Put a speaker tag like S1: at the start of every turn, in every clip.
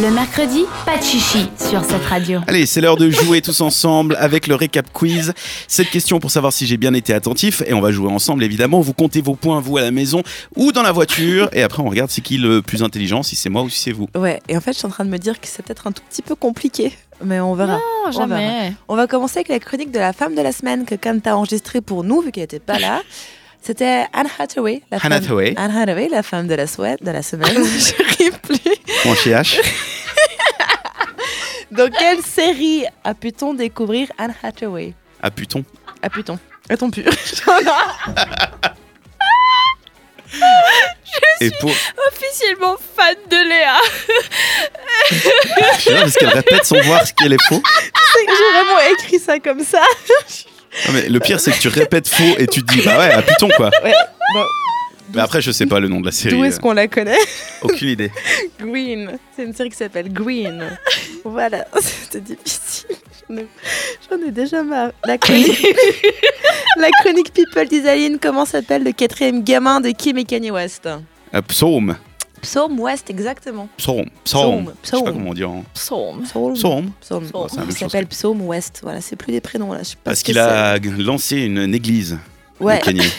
S1: Le mercredi, pas de chichi sur cette radio.
S2: Allez, c'est l'heure de jouer tous ensemble avec le récap quiz. Cette question pour savoir si j'ai bien été attentif et on va jouer ensemble évidemment. Vous comptez vos points vous à la maison ou dans la voiture et après on regarde c'est qui le plus intelligent, si c'est moi ou si c'est vous.
S3: Ouais, et en fait, je suis en train de me dire que c'est peut-être un tout petit peu compliqué, mais on verra.
S1: Non, jamais.
S3: On va commencer avec la chronique de la femme de la semaine que Kant a enregistrée pour nous, vu qu'elle n'était pas là. C'était Anne Hathaway, la
S2: Anne
S3: femme,
S2: Hathaway.
S3: Anne Hathaway, la femme de la, souhait, de la semaine. Je ris plus.
S2: Mon H.
S3: Dans quelle série a pu-t-on découvrir Anne Hathaway
S2: Ah putain.
S3: A pu-t-on A-t-on pu
S2: Et pour.
S4: Officiellement fan de Léa.
S2: Je sais pas, parce qu'elle répète sans voir ce qu'elle est faux.
S3: J'ai vraiment écrit ça comme ça.
S2: Non, mais le pire c'est que tu répètes faux et tu te dis bah ouais, ah putain quoi.
S3: Ouais, bah,
S2: Mais après je sais pas le nom de la série.
S3: D'où est-ce qu'on la connaît
S2: euh, Aucune idée.
S3: Green. C'est une série qui s'appelle Green. voilà, c'était difficile. J'en ai, j'en ai déjà marre. La chronique, la chronique People d'Isaline, comment s'appelle le quatrième gamin de Kim et Kanye West
S2: Euh, psaume.
S3: Psaume West, exactement.
S2: Psaume. Psaume.
S3: Psaume.
S2: Je sais pas
S3: Psaume.
S2: comment on dit en.
S1: Oh
S4: Psaume.
S3: Psaume.
S2: Psaume.
S3: Psaume.
S2: Bon, c'est la même
S3: Il
S2: chose
S3: s'appelle Psaume West. Voilà, c'est plus des prénoms là. Je sais pas
S2: Parce
S3: ce que
S2: qu'il a lancé une, une église.
S3: c'est. Ouais.
S2: Le Kenya.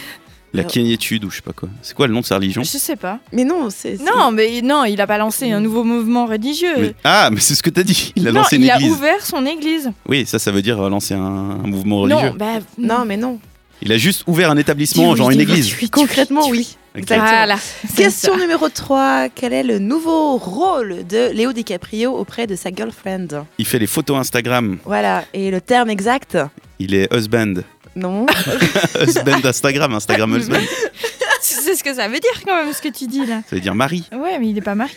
S2: La
S3: Ouais.
S2: Kenyétude ou je sais pas quoi. C'est quoi le nom de sa religion
S4: Je sais pas.
S3: Mais non, c'est. c'est-
S4: Non, mais non, il a pas lancé un nouveau mouvement religieux.
S2: Mais- Ah, mais c'est ce que t'as dit. Il a
S4: non,
S2: lancé une
S4: il a
S2: église.
S4: ouvert son église.
S2: Oui, ça, ça veut dire euh, lancer un, un mouvement religieux.
S4: Non, bah
S3: Non, mais non.
S2: Il a juste ouvert un établissement, genre une église.
S3: Concrètement, oui.
S2: Ok.
S3: Exactement.
S4: Voilà.
S3: Question numéro 3. Quel est le nouveau rôle de Léo DiCaprio auprès de sa girlfriend
S2: Il fait les photos Instagram.
S3: Voilà. Et le terme exact
S2: Il est husband.
S3: Non.
S2: husband Instagram, Instagram husband.
S4: Tu sais ce que ça veut dire quand même ce que tu dis là.
S2: Ça veut dire mari.
S4: Ouais, mais il est pas marié.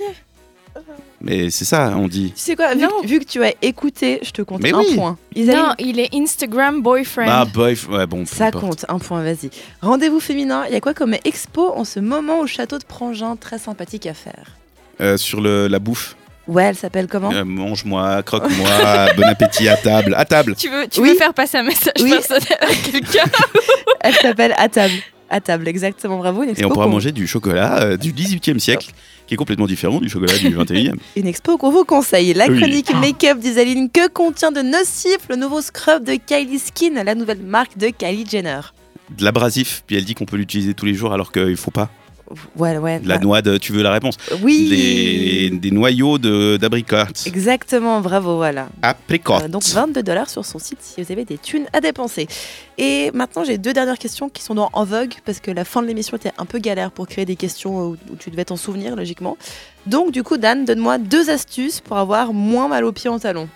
S2: Mais c'est ça, on dit.
S3: Tu sais quoi, vu,
S4: Non.
S3: que- vu que tu as écouté, je te compte
S2: Mais
S3: un
S2: oui.
S3: point.
S4: Non,
S3: Isaline,
S4: il est Instagram boyfriend.
S2: Ah, boy. Ouais, bon, peu
S3: ça
S2: importe.
S3: compte, un point, vas-y. Rendez-vous féminin, il y a quoi comme expo en ce moment au château de Prangin Très sympathique à faire.
S2: Euh, sur le, la bouffe.
S3: Ouais, elle s'appelle comment
S2: Euh, mange-moi, croque-moi, bon appétit à table. À table.
S4: Tu veux, tu
S3: Oui.
S4: veux faire passer un message
S3: Oui.
S4: personnel à quelqu'un
S3: Elle s'appelle À table. À table, exactement, bravo. Une expo,
S2: Et on pourra
S3: qu'on-
S2: manger du chocolat euh, du 18e siècle, qui est complètement différent du chocolat du 21e.
S3: une expo qu'on vous conseille. La
S2: Oui.
S3: chronique make-up d'Isaline, que contient de nocif le nouveau scrub de Kylie Skin, la nouvelle marque de Kylie Jenner
S2: De l'abrasif, puis elle dit qu'on peut l'utiliser tous les jours alors qu'il faut pas.
S3: Ouais, ouais.
S2: De la
S3: bah,
S2: noix de, tu veux la réponse
S3: oui
S2: des, des noyaux de- d'abricotes.
S3: Exactement, bravo, voilà.
S2: Apricotes.
S3: Euh, donc 22 dollars sur son site si vous avez des thunes à dépenser. Et maintenant, j'ai deux dernières questions qui sont dans En Vogue parce que la fin de l'émission était un peu galère pour créer des questions où, où tu devais t'en souvenir logiquement. Donc, du coup, Dan, donne-moi deux astuces pour avoir moins mal aux pieds en talons.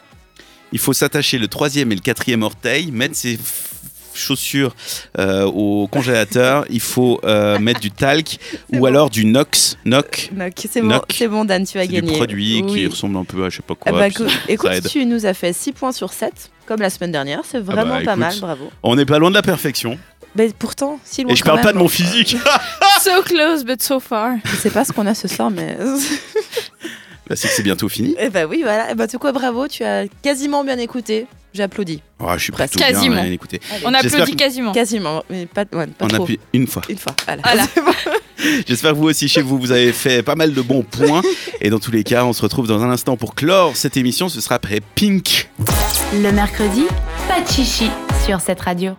S2: Il faut s'attacher le troisième et le quatrième orteil, mettre ses f- chaussures euh, au congélateur, il faut euh, mettre du talc ou
S3: bon.
S2: alors du nox, noc,
S3: Donc, c'est bon,
S2: Knock.
S3: c'est bon, Dan, tu as
S2: c'est du
S3: gagné.
S2: produit qui
S3: Oui.
S2: ressemble un peu à je sais pas
S3: Ah
S2: quoi.
S3: bah,
S2: puis
S3: écou-
S2: aide.
S3: écoute, tu nous as fait 6 points sur 7, comme la semaine dernière. C'est
S2: bah,
S3: vraiment pas
S2: écoute.
S3: mal, bravo.
S2: On n'est pas loin de la perfection.
S3: Mais pourtant, si loin
S2: Et je
S3: quand
S2: parle pas
S3: même.
S2: de mon physique.
S4: So close but so far.
S3: Je sais pas ce qu'on a ce soir, mais.
S2: Bah, c'est que c'est bientôt fini.
S3: Eh bah oui, voilà. Eh bah, tout quoi, bravo, tu as quasiment bien écouté. J'applaudis.
S2: Oh, je suis
S3: Presque.
S2: plutôt bien,
S4: Quasiment.
S2: ouais, écoutez.
S4: On
S2: J'espère
S4: applaudit
S2: que-
S4: quasiment.
S3: Quasiment, mais pas, ouais, pas
S2: On
S3: trop.
S2: appuie une fois.
S3: Une fois, voilà.
S4: Voilà.
S2: J'espère que vous aussi chez vous, vous avez fait pas mal de bons points. Et dans tous les cas, on se retrouve dans un instant pour clore cette émission. Ce sera après Pink.
S1: Le mercredi, pas de chichi sur cette radio.